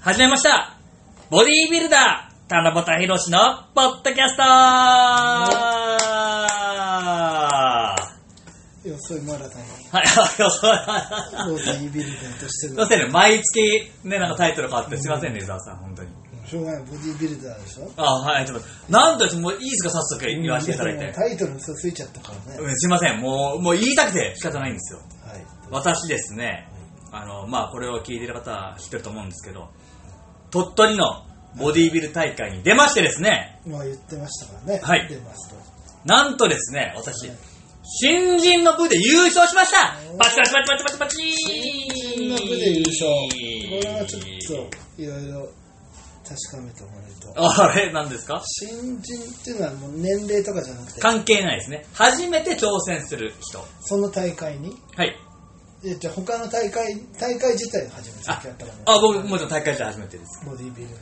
始めましたボディービルダー田中博士のポッドキャストはい、よそいマラタンそうボディービルダーとしどてうのせね、毎月ね、なんかタイトル変わって、すいませんね、伊沢さん、本当に。しょうがないボディービルダーでしょあ、はい、ちょっと、なんとです、もういいですか、早速言わせていただいて。タイトル嘘ついちゃったからね、うん、すいません、もう、もう言いたくて仕方ないんですよ。はい私ですね、あの、まあ、これを聞いている方は知ってると思うんですけど、鳥取のボディービル大会に出ましてですね、まあ言ってましたからね、はい出ますとなんとですね、私、新人の部で優勝しましたおーパチパチパチパチパチパチ新学で優勝これはちょっといろいろ確かめてもらえるとあれ、何ですか新人っていうのはもう年齢とかじゃなくて関係ないですね。初めて挑戦する人。その大会にはい。えじゃあ他の大会大会自体の初めてやあったからね、あ僕、もちろん大会じゃ初めてです。ボディービルの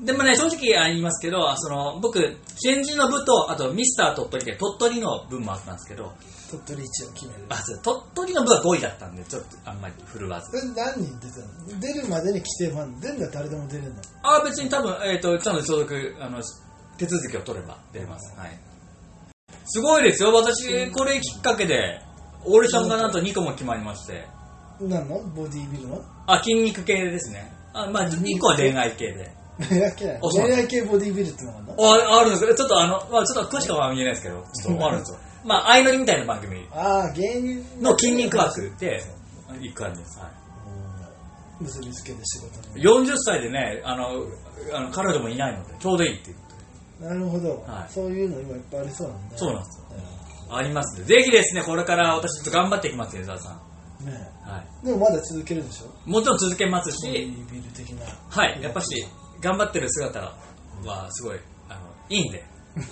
でもね、正直あ言いますけど、その、僕、新人の部と、あと、ミスター鳥取で鳥取の部もあったんですけど、鳥取一を決めるあ、そう、鳥取の部は5位だったんで、ちょっとあんまり振るわず。え何人出てるの出るまでに規定もあるの出るのは誰でも出れるのあ、別に多分、えっ、と、ちゃんと所属、あの、手続きを取れば出れます。はい。すごいですよ、私、これきっかけで、オーディションがなんと2個も決まりまして、何のボディービ ルのあ、筋肉系ですね。あ、まあ、2個は恋愛系で。恋愛系なあのそう恋愛系ボディービルってのがあるのあ、あるんですよ。ちょっとあの、まあ、ちょっと詳しくは言えないですけど、ちょっとあるんですよ。まあ、相乗りみたいな番組ああ芸人の筋肉枠で、一個あるんです。はうん結びつけて仕事い、に40歳でね、あの、あの彼女もいないので、ちょうどいいっていう。なるほど、はいそういうの今いっぱいありそうなんだそうなんですよ。ありますね。ぜひですね、これから私ちょっと頑張っていきますよ、江沢さん。うんねはい。でもまだ続けるんでしょもちろん続けますボディし、ービル的なはい、やっぱし、頑張ってる姿は、すごい、あの、いいんで。 自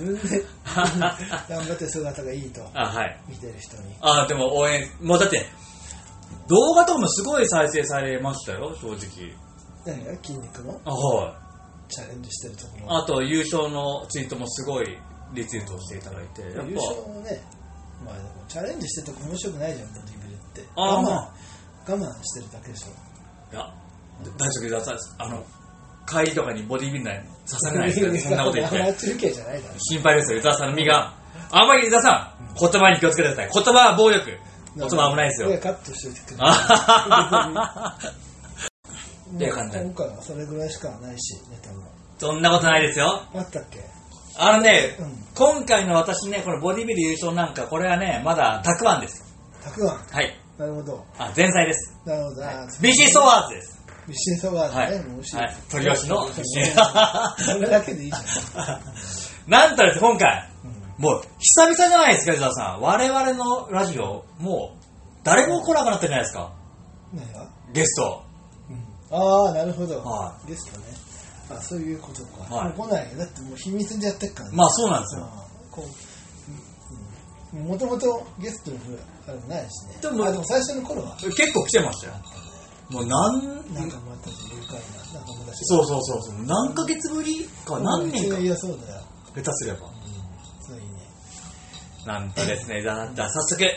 分 で頑張ってる姿がいいとあ、はい。見てる人にあーでも応援もうだって動画とかもすごい再生されましたよ正直何が筋肉のあはいチャレンジしてるところあと優勝のツイートもすごいリツイートしていただいてやっ優勝もね、まあ、でもチャレンジしてるとこ面白くないじゃんボディービルってあー我慢ま我慢してるだけでしょぱいや大丈夫ださあの帰りとかにボディビルダーに刺されないです からそんなこと言って生中継じゃないだろ心配ですよ伊沢さんの身があんまり伊沢さん言葉に気をつけてください言葉は暴力言葉は危ないですいよやカットしといてくれあはははっていう感じもう今回はそれぐらいしかないしネタも そんなことないですよあったっけあのね、うん今回の私ね、このボディビル優勝なんか、これはね、まだたくあんです。たくあんはい。なるほどあ、前菜です。なるほどビシソワーズです。ビシソワはーい。ズねもう美味しいはい。鳥吉のビシ それだけでいいじゃんなんとです、今回、うもう、久々じゃないですか、伊沢さん。我々のラジオ、もう、誰も来なくなったじゃないですか。何がゲスト。ああなるほどはゲストねあそういうことかはいもう来ないよだってもう秘密でやってっからねまあ、そうなんですよ。あーこうもともとゲストのあれもないしねでもあでも最初の頃は結構来てましたよ。もう何、なんかもらったし愉快ななんかもらったしそうそうそうそう。何ヶ月ぶりか、何年かい。やそうだよ下手すれば。そういいねなんとですね、じゃあじゃあ早速、はい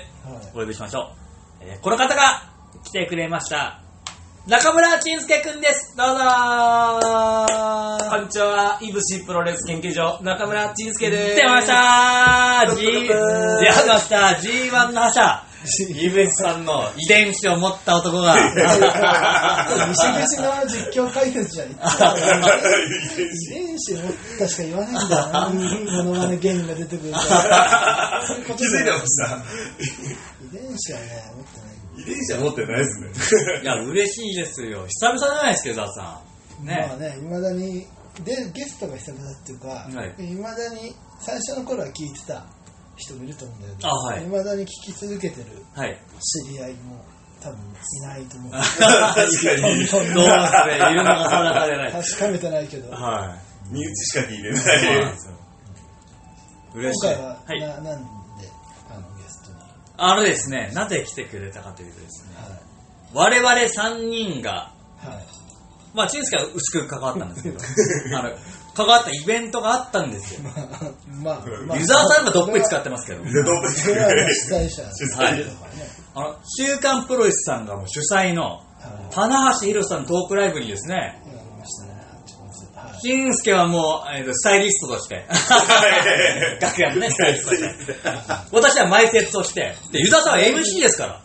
お呼びしましょう、えーこの方が来てくれました中村俊介くんですどうぞこんにちは、いぶしプロレス研究所、中村仁介です。出ましたブ G ルブルブル出ました G1 の覇者いぶしさんの、遺伝子を持った男が 西口の実況解説じゃん。遺伝子も確か言わないんだよな。モノマネ芸人が出てくるから。そういうこと気づいてました。遺伝子はね、持ってない。遺伝子は持ってないですね。 いや嬉しいですよ久々じゃないですけどザワさんまね、あね、いまだに、で、ゲストが久々っていうか、はいいまだに最初の頃は聞いてた人もいると思うんだよね。あはいまだに聞き続けてるはい知り合いも多分いないと思う。確か に。どうですねいるのが定かじゃないです確かめてないけど、今は身内しか聞いていそうななんいで。すよ嬉しい回は、はいななんであのゲストに。あのですね、なぜ来てくれたかというとですね、はい我々3人が、はい。まあ、チンスケは薄く関わったんですけど、あの、関わったイベントがあったんですよ。まあ、 まあ、湯沢さんがどっぷり使ってますけど、で、動物それはまあ主催者。主と催かねあの、週刊プロレスさんがもう主催の、棚橋宏さんのトークライブにですね、やりましたね。はい金助はもう、えーとスタイリストとして、 楽屋のね、スタイリストとして、私は前説として、で、ユダさんは MC ですから。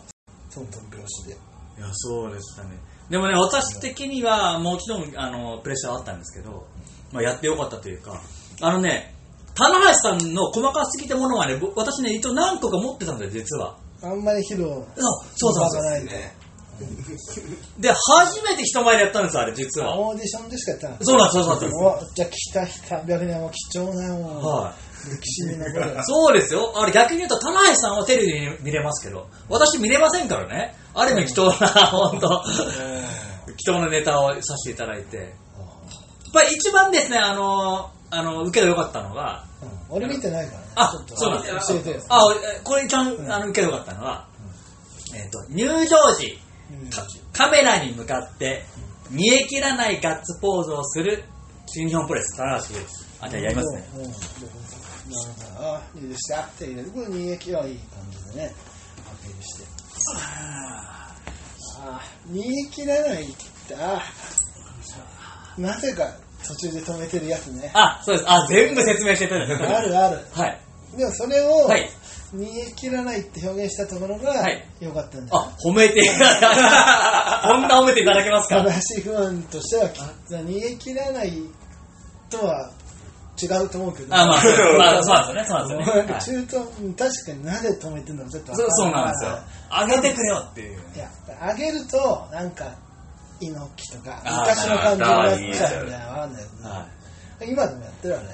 トントン拍子で。いや、そうでしたね。でもね、私的には、もちろん、あの、プレッシャーはあったんですけど、まあ、やってよかったというか、あのね、棚橋さんの細かすぎたものはね、ぼ私ね、一応何個か持ってたんだよ、実は。あんまり披露そう、そうそう場そがう。ないと。で、初めて人前でやったんです、あれ、実は。オーディションでしかやってなかった。そうなんです、そうなんです。おじゃあ、来た来た300年は貴重なもうはい。歴史に残る。そうですよ。あれ逆に言うと、田橋さんはテレビで見れますけど、私見れませんからね。ある意味貴重な、本当貴重なネタをさせていただいて。やっぱり一番ですね、あの、あの、受けが良かったのが、うん俺見てないからね。あちょっとそうなんです教えてよ。あ、おえこれ一番、あの、受けが良かったのは、えっ、と、入場時、うんかカメラに向かって、煮え切らないガッツポーズをする、新日本プロレス、田橋です。あ、じゃあやりますね。うん。うんなんかあ、いいでしたって入れる。これ、二液はいい感じでね、アピールして。あー、煮え切らないって、あーなぜか途中で止めてるやつね。あ、そうです。あ、全部説明していただいて。あるある。はい。でもそれをはい煮え切らないって表現したところがはい良かったんだよ、あ、褒めていた だけます。こんな褒めていただけますか正しい不安としてはき煮え切らないとは違うと思うけどあ、まあ、そうまあ、そうなんですよね。そうなんですよ なんね。はかい中東、うん確かになぜ止めてるのかちょっとわかそらうそうなんですよ。あげてくれよっていう。いやあげるとなんか猪木とかあー昔の感じになっちゃうみたいなわかんないけどは今でもやってるわねい。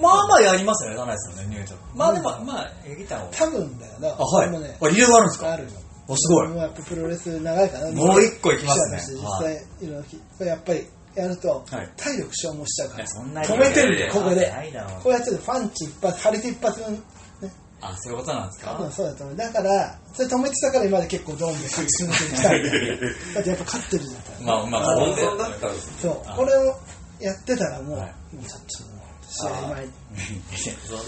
まあまあやりますよね、田中さんね、入場。まあでも、まあ、やりた方が。多分だけどあ、はい。でもねあ、理由があるんですかあるよお、すごいも。うやっぱプロレス長いからもう一個いきますね記者として実際、いろいろ聞いてやっぱりやると、はい体力消耗しちゃうかいらや、そんな止めてるんだよやここでないだろうこうやってるとパンチ一発張り手一発分ねあ、そういうことなんです多分かそうだと思うだからそれ止めてたから今まで結構ドーンで勝ち抜けてきたん だよねだってやっぱ勝ってるじゃん多分まあまあ、温本泉当だったんですそうあこれをやってたらもう,、はいもうちょっともう試合前に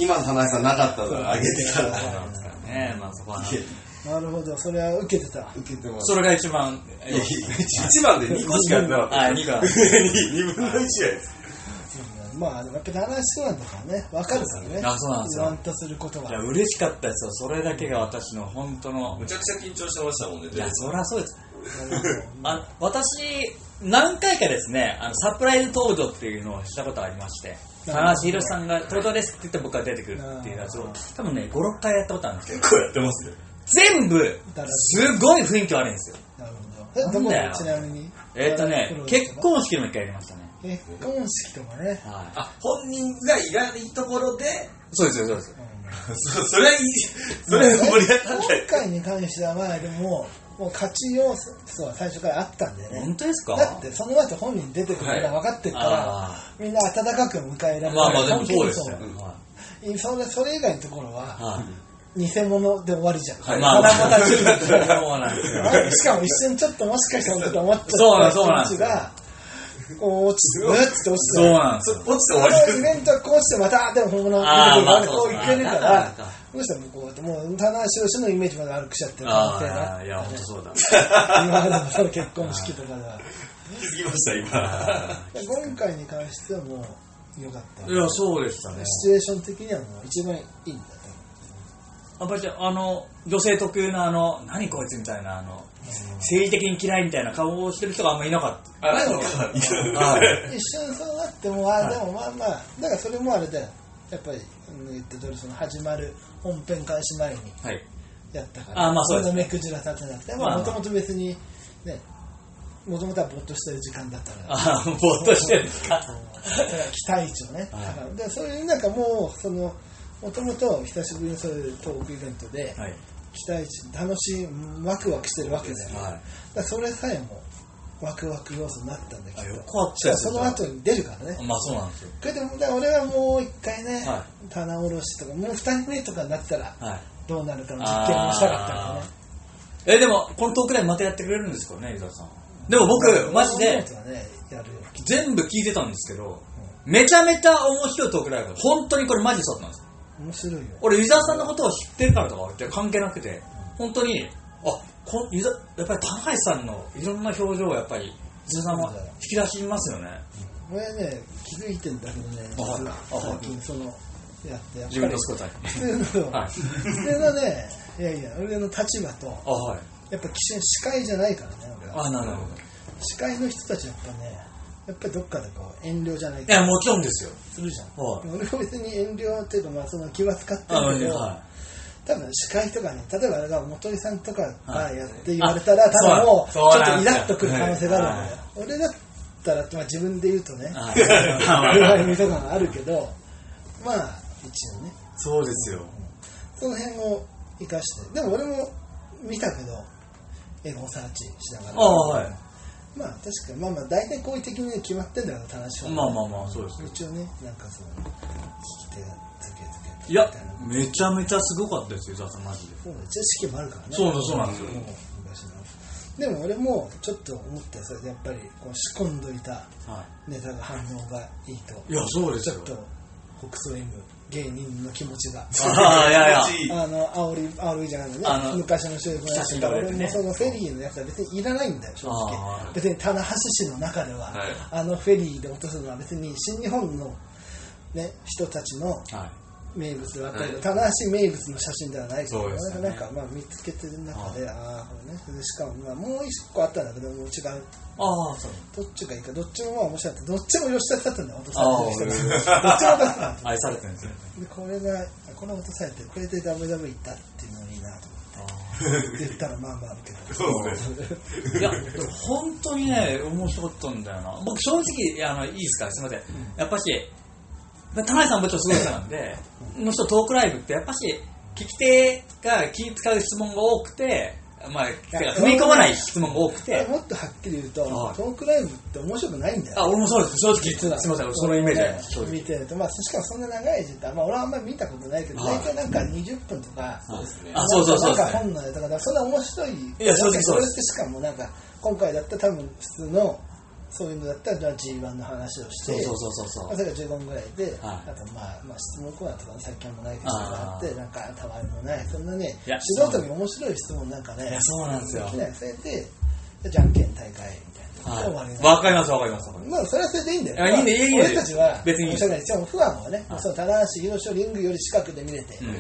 今の話さなかったらあげてたらなんですからね。まあそこは。なるほどそれは受けてたわ受けてますそれが一番。いや一番で2個しかやってなかったあ、2個なん です。 2分の1やですまあでもやっぱ7人なんだからね分かるからねあそうなんですよ言わんとすることがい や、嬉しかったですよ。それだけが私の本当の。ちゃくちゃ緊張してましたもんねいや、そりゃそうです。なるほどあ私、何回かですね、あのサプライズ登場っていうのをしたことありまして、なるほど棚橋宏さんが登場ですって言って僕が出てくるっていうやつを、多分ね、5、6回やったことあるんですけど、結構やってますよ全部、すごい雰囲気悪いんですよ。なるほど。どなこんだよちなみにえっ、とね、結。婚式も一回やりましたね。結婚式とかね。はい、あ本人がいないところでそうですよ、そうですよ。そそれはいいそれは盛り上がったんだ今回に関してはまあでも、もう勝ち要素は最初からあったんだよね。本当ですかだってその後本人出てくるのが分かってるから、はいあみんな温かく迎えられて、まあまあ、でもそうですよ。本は当にそうそれそれ以外のところいは、はい偽物で終わりじゃん。はいまあまだまだ中学そうなんですよあしかも一瞬ちょっともしかしたらと思っちゃったそうなんそうなん気持ちが、こう落ちて、うわっつって落ちてそうなんですそよれ。落ちて終わりあのイベントはこうしてまたでも本物のあーまあこういけるかそうらそうそうこの人はもうこうもう棚橋宏のイメージまで悪くしちゃってる可能性がああ、いや、本当そうだ。今までのその結婚式とかが気づきました今回に関してはもう良かっ たいや、そうでしたね。シチュエーション的にはもう一番いいんだやっぱりじゃああの女性特有のあの何こいつみたいなあの生理的に嫌いみたいな顔をしてる人があんまいなかっ今あそうかいた。やはいと一瞬そうなってもああでもまあまあだからそれもあれだよやっぱりうん言った通りその始まる本編開始前にはい。やったからあまあそうですんな目くじら立てなくてまあもともと別にねもともとはぼーっとしてる時間だったからあーぼーっとしてるん ですか。だから期待値をね、はでそういうなんかもうそのもともと久しぶりにそういうトークイベントで、はい。期待値楽しいワクワクしてるわけだよ、ねだはかい。らそれさえもワクワク要素になったんだけあどよかったしかでもすその後に出るからねまあそうなんですよ。これでもだから俺はもう一回ね、は棚卸しとかもう二人目とかになったらはい。どうなるかの実験もしたかったからねえでもこのトークライブまたやってくれるんですかね伊沢さん。でも僕マジでそういうことはねやるよ全部聞いてたんですけど、めちゃめちゃ面白いトークライブ。本当にこれマジでそうだったんです。面白いよ俺、湯沢さんのことを知ってるからとかって関係なくて、本当に、あ、こいざやっぱり高橋さんのいろんな表情がやっぱり、ずさんは引き出しますよね。俺ね、気づいてんだけどね、実はあ最近その、やって、やっ自分ぱりのスコアに。普通の、はい普通のね、いやいや、俺の立場と、あ、はい。やっぱ視界じゃないからね、俺はあ、なるほど。司会の人たちやっぱね、やっぱりどっかでこう遠慮じゃないいや、もちろんですよ。するじゃん。はい。俺は別に遠慮っていうか、まあ、その気は使ってあ、るはいけど、は多分司会とかね、例えばあれが元井さんとかがはいやって言われたら、多分もうちそょうっとイラッとくる可能性があるんだよ。俺だったら、まあ、自分で言うとねい、 はい。弱いみとかがあるけど、まあ、一応ね、そうですよ。その辺を生かして、でも俺も見たけど、エゴサーチしながら。あ、はい。まあ確かに、まあまあ大体好意的に決まってんだよな、話は、まあまあまあそうですよ一応ね、なんかその、聞き手がつけつけていやみたいな、めちゃめちゃすごかったですよ、ザさん、マジで。そうだ知識もあるからね。そうだそうなんですよもう昔の。でも俺もちょっと思って、それでやっぱりこう仕込んどいたはネタが反応がいいと、い。いや、そうですちょよっ。と北総 M 芸人の気持 ちが。ああ、いやいや。気持ちいいあの、煽り、煽りじゃないのね。あの昔の人でもやってた写真撮られ俺てねもそのフェリーのやつは別にいらないんだよ、正あ直。ー別に棚橋市の中では、はいあのフェリーで落とすのは別に新日本の、ね、人たちのはい。名物だったり、はい棚橋名物の写真ではないからそうですよねなんかまあ見つけてる中で、ああ、これね。でしかも、まあ、もう一個あったんだけど、もう違う。ああ、そう。どっちがいいか、どっちもまあ面白かった。どっちも吉田だったんだよ、落とされてる人あが。どっちも良かったんだ愛されてるんですよね。でこれがこの落とされてこれで WW いったっていうのもいいなと思って言ったらまあまあ 受けたそうでいや、でも本当にね、面白かったんだよな。僕、正直、あの、いいですかすいません。やっぱし、まあ田内さんもちろんすごい人なんで、の人トークライブって、やっぱし、聞き手が気使う質問が多くて、まあ、聞き手が踏み込まない質問が多くて、もっとはっきり言うと、はいトークライブって面白くないんだよあ、俺もそうです。正直、す実いはません。そのイメージです。正俺も直。ね見てると、まあ、しかもそんな長い時間、まあ、俺はあんまり見たことないけど、はい大体なんか20分とか、そうですねあ、そうそうそうですなんねか。本のやつとか、だからそんな面白い、いや正直そうれでっすてしかも、なんか、今回だったら多分普通の、そういうのだったら、G1 の話をして、そうそうそうそうそうまあ、それが15分ぐらいで、はいあとまあ、まあ、質問コーナーとかの作家もないけどあってあなんかたわいもないそんなねいや素人に面白い質問なんかねいやそうなんですよきないそれでじゃんけん大会みたいな、はい終わりなんでわかります、わかります。わかりますまあそれはそれでいいんだよいやいいねいいね俺たちは別にいいで面す白くないしかも普段はね、はいその棚橋宏をリングより近くで見れて、うん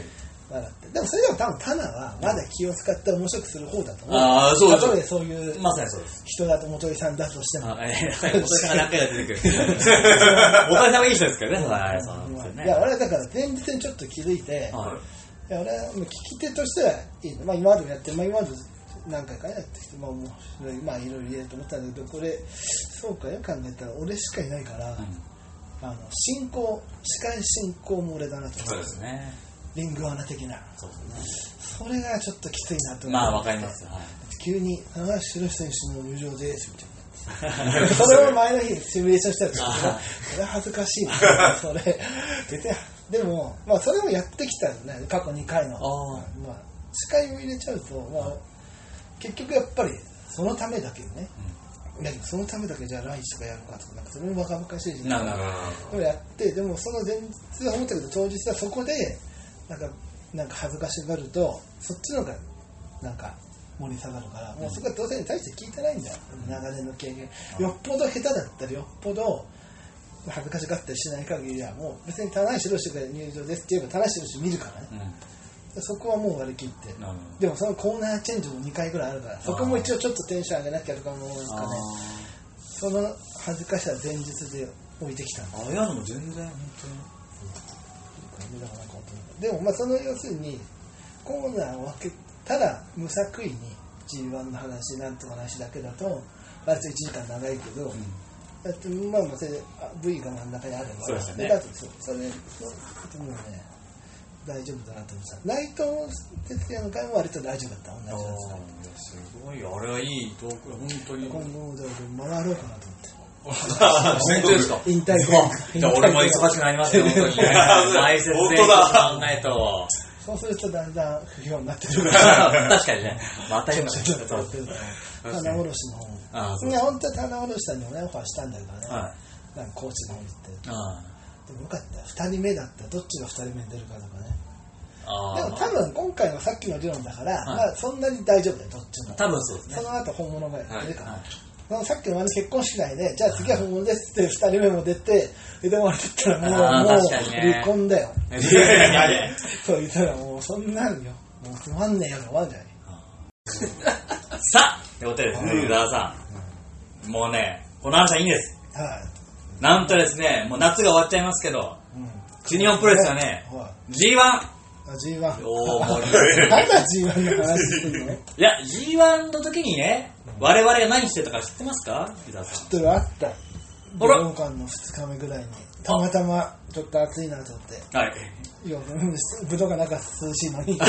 笑ってでもそれでも多分棚はまだ気を使って面白くする方だと思うああ、そうです例えばそういうまさにそうです。人だと元井さんだとしてもあ、えー、お父さんが何回か出て くる。お父さんがいい人ですからね。はい、そうなんですよいやね。俺はだから前日にちょっと気づいて、はいいや俺はもう聞き手としてはいいの、まあ、今までもやって、まあ、今まで何回かやってきて、まあ、面白いまあいろいろ言えると思ったんだけどこれそうかよ考えたら俺しかいないから、あの進行司会進行も俺だなとそう思っでてすね。リングアナ的なそうですそれがちょっときついなとね。思まあ、っわてかります。はい。急に「棚橋宏選手の入場です」みたいな。それを前の日にシミュレーションしたらちょっとあねそれは恥ずかしいな それ別にでも、まあ、それもやってきたんだよね過去2回のあまあ、司会を入れちゃうと、まあ、結局やっぱりそのためだけにね、だけどそのためだけじゃあラインとかやるかとかなんかそれもバカバカしいじゃなるほど。んでもやってでもその前日は思ったけど当日はそこでなんかなんか恥ずかしがるとそっちの方がなんか盛り下がるから、もうそこは当然大して聞いてないんだよ、長年の経験よっぽど下手だったりよっぽど恥ずかしがったりしない限りはもう別に棚橋宏が入場ですって言えば棚橋宏見るからねうん。でそこはもう割り切ってなるほどでもそのコーナーチェンジも2回ぐらいあるからそこも一応ちょっとテンション上げなきゃとかもなんかねその恥ずかしさは前日で置いてきたんだあーあ、いや、でも全然、本だからなんか本当にでもまあその要するにコーナーを分けたら無作為に G1 の話なんとかの話だけだと割と1時間長いけど、だってまあまあそれであ V が真ん中にあればそうですよねだとそうそれのこともね大丈夫だなと思ってた内藤哲也の回も割と大丈夫だった同じ当やに。つだあーいやすごいよ。あれはいいトーク、本当に。今後もだから回ろうかなと思って本当ですか引退じゃあ俺も忙しくなりますよ、本当にね。大切本で当だ考えと。 そうするとだんだん不評に なってくるから確かにね。また変 なちょっとことややっっててるるかそうらですね棚卸しの方にああそういや本当は棚卸しさんにもねオファーしたんだけどね、はなんかコーチの方に行っあてでもよかったよ2人目だったらどっちが2人目に出るかとかねああでーも多分今回はさっきの理論だから、はいまあそんなに大丈夫だよ、どっちも。多分そうですねそ。の後本物が出るから。はいそのさっきのあの結婚式内で、じゃあ次は本物ですって二人目も出て、枝丸だったらあもーう、も確かにうね離婚だよ。いやいやいやいやそう言ったらもうそんなんよ。もうつまんねえよ、終わんじゃない。さあ、ということでですね、うん湯沢さん。もうね、この話はいいんです。はい、なんとですね、もう夏が終わっちゃいますけど、うん。ジュニオンプロレスはね、は G1。い。あ G1。おー、もうなんだ G1 の話してるのちょいや、G1 の時にね、我々が何してたか知ってますか湯沢さん。っとあった。あら武道館の2日目ぐらいに、たまたまちょっと暑いなと思って。はい。いや、 うん武道館なんか涼しいの に、駐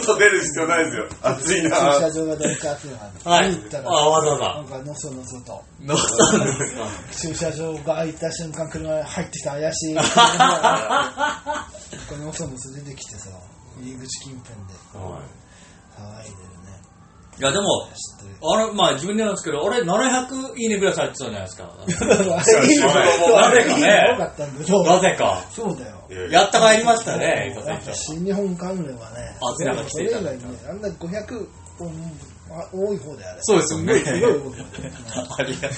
外出る必要ないですよ。暑いな車場がどうか暑いなって。はい見に行ったら、あわざわざなんかのそのそと。どうしたんですか駐車場が開いた瞬間、車が入ってきた怪 しい車が。このそのそ出てきてさ、入り口近辺では騒いでるね。いや、でも、知ってる。あの、まあ自分でなんですけど、あれ、700いいねぐらいされてたじゃないですか。あれいいのなぜかね多かったんだけ ど。なぜか。そうだよい。。やった帰りました ね、伊や沢っぱ選手。新日本関連はね、あちらが来ていただいたそれ以外にねあんな500、うんあ多い方であれ。そうですよねすごい多い方で。ありがとう。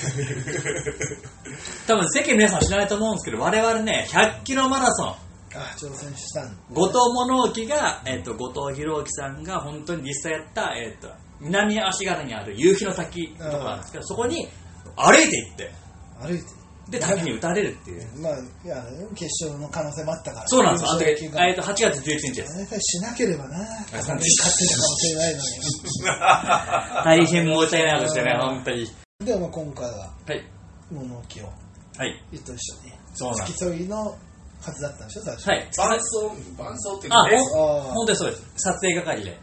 多分世間の皆さん知らないと思うんですけど、我々ね、100キロマラソン、あ、挑戦したんだ。後藤物置が、えっと後藤弘樹さんが本当に実際やった、えっと南足柄にある夕日の滝とかなんですけど、そこに歩いて行って、歩いて。で、滝に打たれるっていう。まあ、いや、決勝の可能性もあったから。そうなんですよ、あの時、優勝えっと8月11日です。決定しなければな、勝ってたかもしれないの 大変申し訳ないことしてね、本当に。に。でも今回は、はい。物置を、はい。ゆと一緒に。そうなん付でき添いのはずだったんでしょ、最初。はい。伴奏、伴奏っていうあ、かね、ほあんー本当にそうです。撮影係で。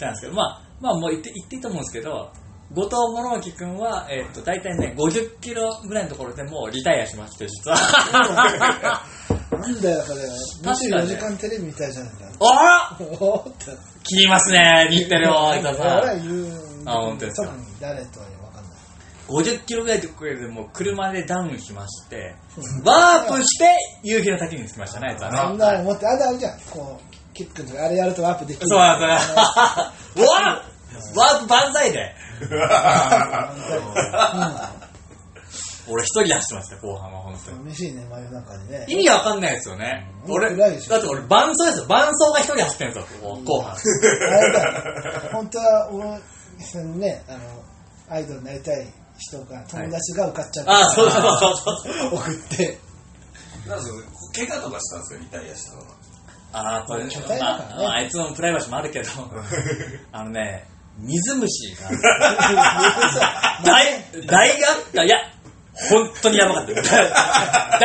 なんですけど、まあ、まあもう言って言っていいと思うんですけど、後藤物置君は、えっと大体ね、50キロぐらいのところでもうリタイアしまして、実 は。なんだよ、これ。確か24に時間テレビみたいじゃない か。おらおおって。切りますね、日テレを、伊田俺さはん。言うん。あ本当ですか特に誰とは分かんない。 50キロぐらいのところでもう車でダウンしまして、ワープして夕日の滝に着きましたね、あいつはね。そんなの持って、あ、だめじゃん。こう、キックとか、あれやるとワープできる。そうなんですね。 わワープ万歳で。俺一人で走ってました、後半は本当に。寂しいね、真夜中にね。 意味わかんないですよね。うん俺、だ暗いでっしてょ俺、伴奏ですよ。伴奏が一人で走ってんですよ、こう後半。あれだ、本当は俺、そのね、あの、アイドルになりたい人が、友達が受かっちゃうからあ、そうそうそうそう。送って、なんですか怪我とかしたんですかリタイアしたのは。あーこれ、巨体だまからあねまあ、あいつのプライバシーもあるけ ど、あのね、 水虫が、大、大があった、いや、本当にやば かった。だ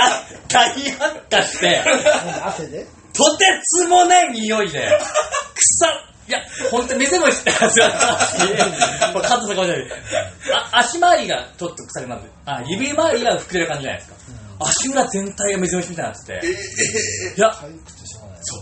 大あったして、なんか汗で、とてつもない匂い で、臭っいや、本当に水虫って味わったこれカットしたかもしれない。あ足周りがちょっと臭くなって、あ、指周りが膨れる感じじゃないですか。足裏全体が水虫みたいになってて、いや、かゆくてしょうがない。そう、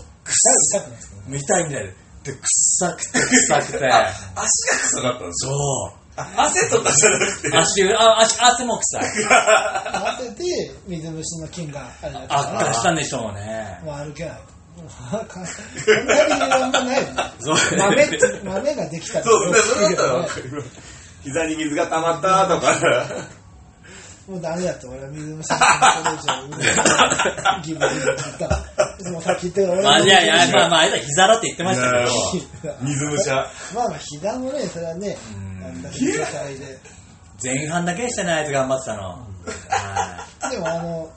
痛くないですけどね。みたいみたいで、で、臭 くて臭くて、足が臭かったんですよ。そあ汗とかじゃなくて。う、足裏、あ、足、汗も臭い。汗で、水虫の菌があれだった悪か化したんでしょうねら、。もう歩けない。もうそんなに余んがないよね。そう豆って、豆ができたらそう、でそれだったらねわかります。膝に水が溜まったとか。もうダメだと俺は水虫にそれ以上、ギブギブ言った。もうさっき言ったように俺まあ、のいやいや、まあまあ、あいつは膝だって言ってましたけど、水むしゃ。まあまあ、膝もね、それはね、うんあんだけ状態で。前半だけでしたね、あいつ頑張ってたの。はでも、あの、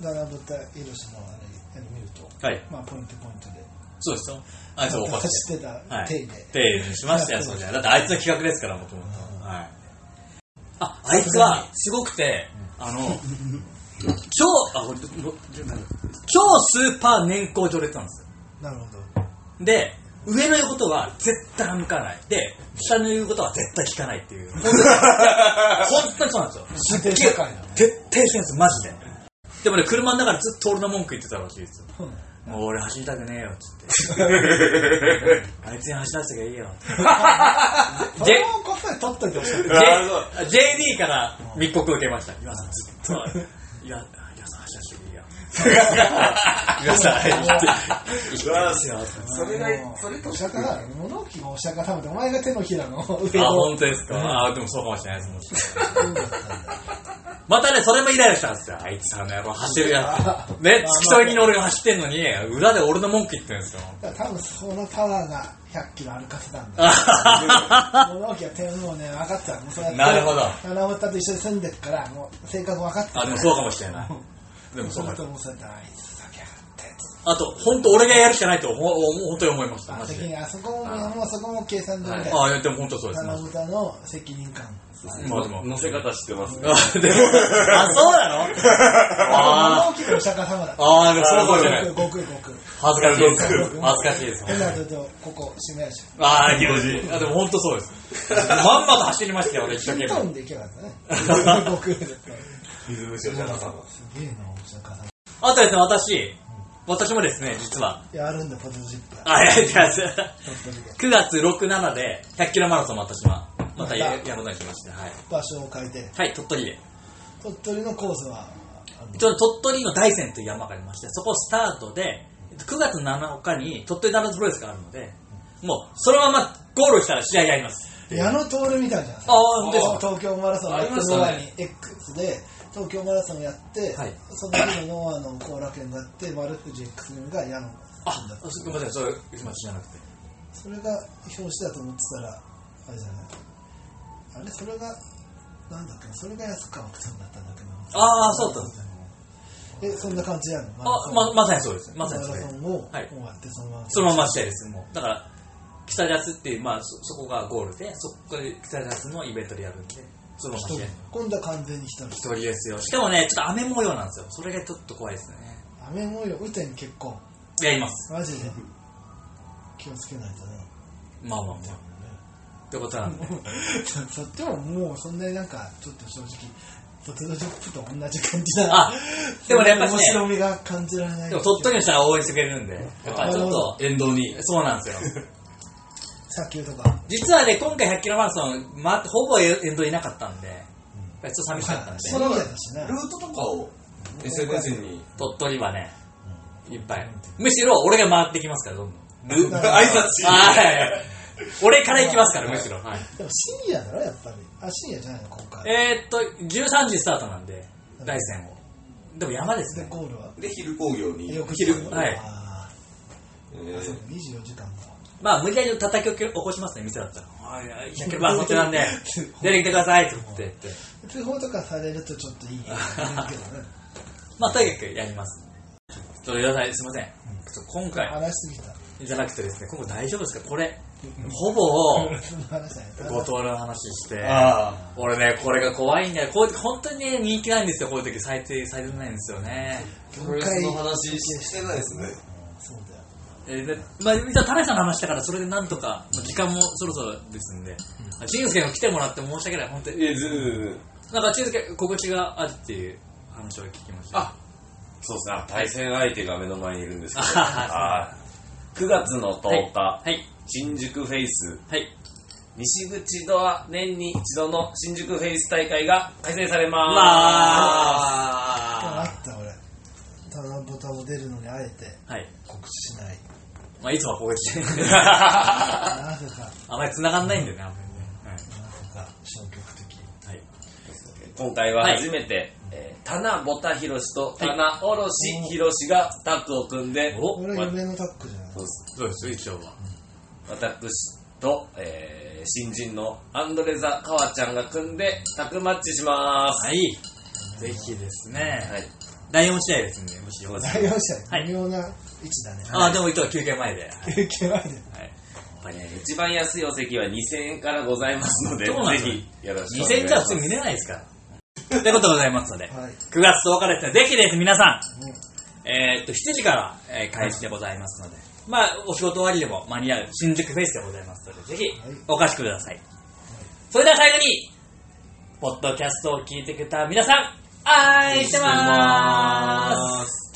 ダナブタイロシのあれ見ると、いはい。まあ、ポイントポイントで、そうですよ。あいつを起こして。走ってたはい。手で。手にしましたよ、そうじゃ。だってあいつの企画ですから、もともと。はい。あ、あいつは、すごくて、あ の、超、あ、これ、どど超スーパー年功序列なんですよ。なるほど。で、上の言うことは絶対向かない。で、下の言うことは絶対聞かないって いう。本当に本当にそうなんですよ。徹底社会だね。徹底してるんですよ、マジで。でもね、車の中でずっと俺の文句言ってたらしいですよ。うんもう俺走りたくねえよ、つって。あいつに走らせてきゃいいよ。そ J- れをこっそり取っといてほしい。 J- JD から密告を受けました。岩さん、ずっと。岩岩さん走らせてきゃいいよ。皆さん、いやそれが、それとお釈迦様物置がお釈迦様でお前が手のひらの上あ、を本当ですか。あ、でもそうかもしれないですもしかしたら。またね、それもイライラしたんですよ。あいつあの野郎走るやつ。ね、付き添いに俺が走ってんのに、裏で俺の文句言ってるんですよ。だから多分そのパワーが100キロ歩かせたんだあ はは物置は天皇ね分かってたもうそうやってなるほど七尾田と一緒に住んでるからもう性格分かってたあ、でもそうかもしれない。でもそうだかともうそうやってあいつだけやがってあと、本当俺がやるしかないと、ほほ本当に思いました。あマジで。責任あそこももうそこも計算通りだよあ、いやでも本当そうです。マ七ジ尾田の責任感でまあでも。乗せ方知ってますね。あ、でも、 あ、そうなの物あ置がお釈迦様だー、あー、でもそうかもしれない。悟空悟空恥ずかしいです。恥ずかしいです。変なとここ閉めやしああ、気持ちいい。あ、でも本当そうです。まんまと走りましたよ、俺一キ生ン懸トン命。で行けばよかったね悟空で水虫をじゃなかっすげえなお釈迦様あとですね、私、私もですね、実は、いやあるんだポテトチップあ、いや、違う鳥取で9月6、7で100キロマラソンも私は、またやまやることにしまして、はい。場所を変えてはい、鳥取で。鳥取のコースはあのちょうど鳥取の大山という山がありまして、そこスタートで、9月7日に鳥取ダナズプロレスがあるので、もう、そのままゴールしたら試合やります。矢野徹みたいじゃんああ本当ですか東京マラソンやってありましたねノアに X で東京マラソンやって、はいその時のノアの後楽園があって丸藤 X 軍が矢野あ、すみません、それ、すみません、じゃなくて。それが表紙だと思ってたらあれじゃないあれそれがなんだっけそれが安川奥さんだったんだけどああ、そうだったんです。えそんな感じやのマあ、ま、まさにそうです。まマさラにそうですソ。ンをはい終わってそのままそのまま試合です、もう。だから、北ジャスっていう、まあ、そそこがゴールで、そこで北ジャスのイベントでやるんで、そのまま一試人合。今度は完全に一人一人ですよ。しかもね、ちょっと雨模様なんですよ。それがちょっと怖いですね。雨模様雨天結婚やります。マジで気をつけないとねまあまあまあ。ってことなんで。そっちももうそんなになんかちょっと正直ポテトチップと同じ感じだあでもねやっぱりね面白みが感じられないでも、鳥取の人が応援してくれるんで、やっぱちょっと、た。沿道に。そうなんですよ。砂丘とか実はね、今回100キロマラソン、ま、ほぼ沿道いなかったんで、ちょっと寂しかったんで、そのみたいだしねルートとかを SNS に。鳥取はね、いっぱい。むしろ俺が回ってきますから、どんどん。挨拶しはい。俺から行きますから、むしろ。はい。でも深夜だろやっぱりあ深夜じゃないの今回えーっと、13時スタートなんで、大山を。でも山ですでね。ゴールはで、昼工業に。翌昼はいあえーあそうー24時間もまあ、無理やり叩き起こしますね、店だったら。おい100キロマラソン中なん で、出てきてくださいって言ってって。通報とかされるとちょっと いいけどねまあ、とにかくやります。ちょっと皆さん、すいません。ちょっと今回、話しすぎたじゃなくてですね、今後大丈夫ですかこれ、ほぼ、その話じゃない後藤の話して、 あ俺ね、これが怖いんだよ。こういう時、本当にね、人気ないんですよ、こういう時、最低、最低ないんですよね。あ。プロレスの話してないですね。そうだよえーでまあ、実は田辺さんの話だから、それでなんとか、まあ時間もそろそろですんで、あちんすけも来てもらって申し訳ない、本当に。え、ずーなんか、ちんすけ、心地があるっていう話を聞きました。あ、そうですね。あ対戦相手が目の前にいるんですけど。あはあー9月の10日、はい、新宿フェイス、はい。西口ドア年に一度の新宿フェイス大会が開催されままああ、った俺棚ぼたを出るのにあえてはい。告知しないまあ、いつもこう して、なぜかあまり繋がんないんだよね、あんまりね。なぜか消極的はい。はいす。今回は初めて、えー、棚ぼたひろしと棚おろしひろしがタッグを組んで、おこれは夢のタッグじゃないそうですそうですよ、一応は。私と、えー新人のアンドレザ・カワちゃんが組んでタッグマッチします。はい。ぜひですね、はい。第4試合ですんで、もしよかったら第。4試は合い微妙な位置だねあ、でも、一応は休憩前で。はい休憩前ではい。やっぱりね、一番安いお席は2000円からございますので、ぜそうなんですよひよろしくお願い2000しじゃま普す通。見れないですから。ってことでございますので、はい9月10日ですね、ぜひです、皆さうんん、えーっと、7時から、えー開始でございますので、まあ、お仕事終わりでも間に合う新宿フェイスでございますので、ぜひはい、お貸しください。それでは最後に、ポッドキャストを聞いてくれた皆さん、愛してまーす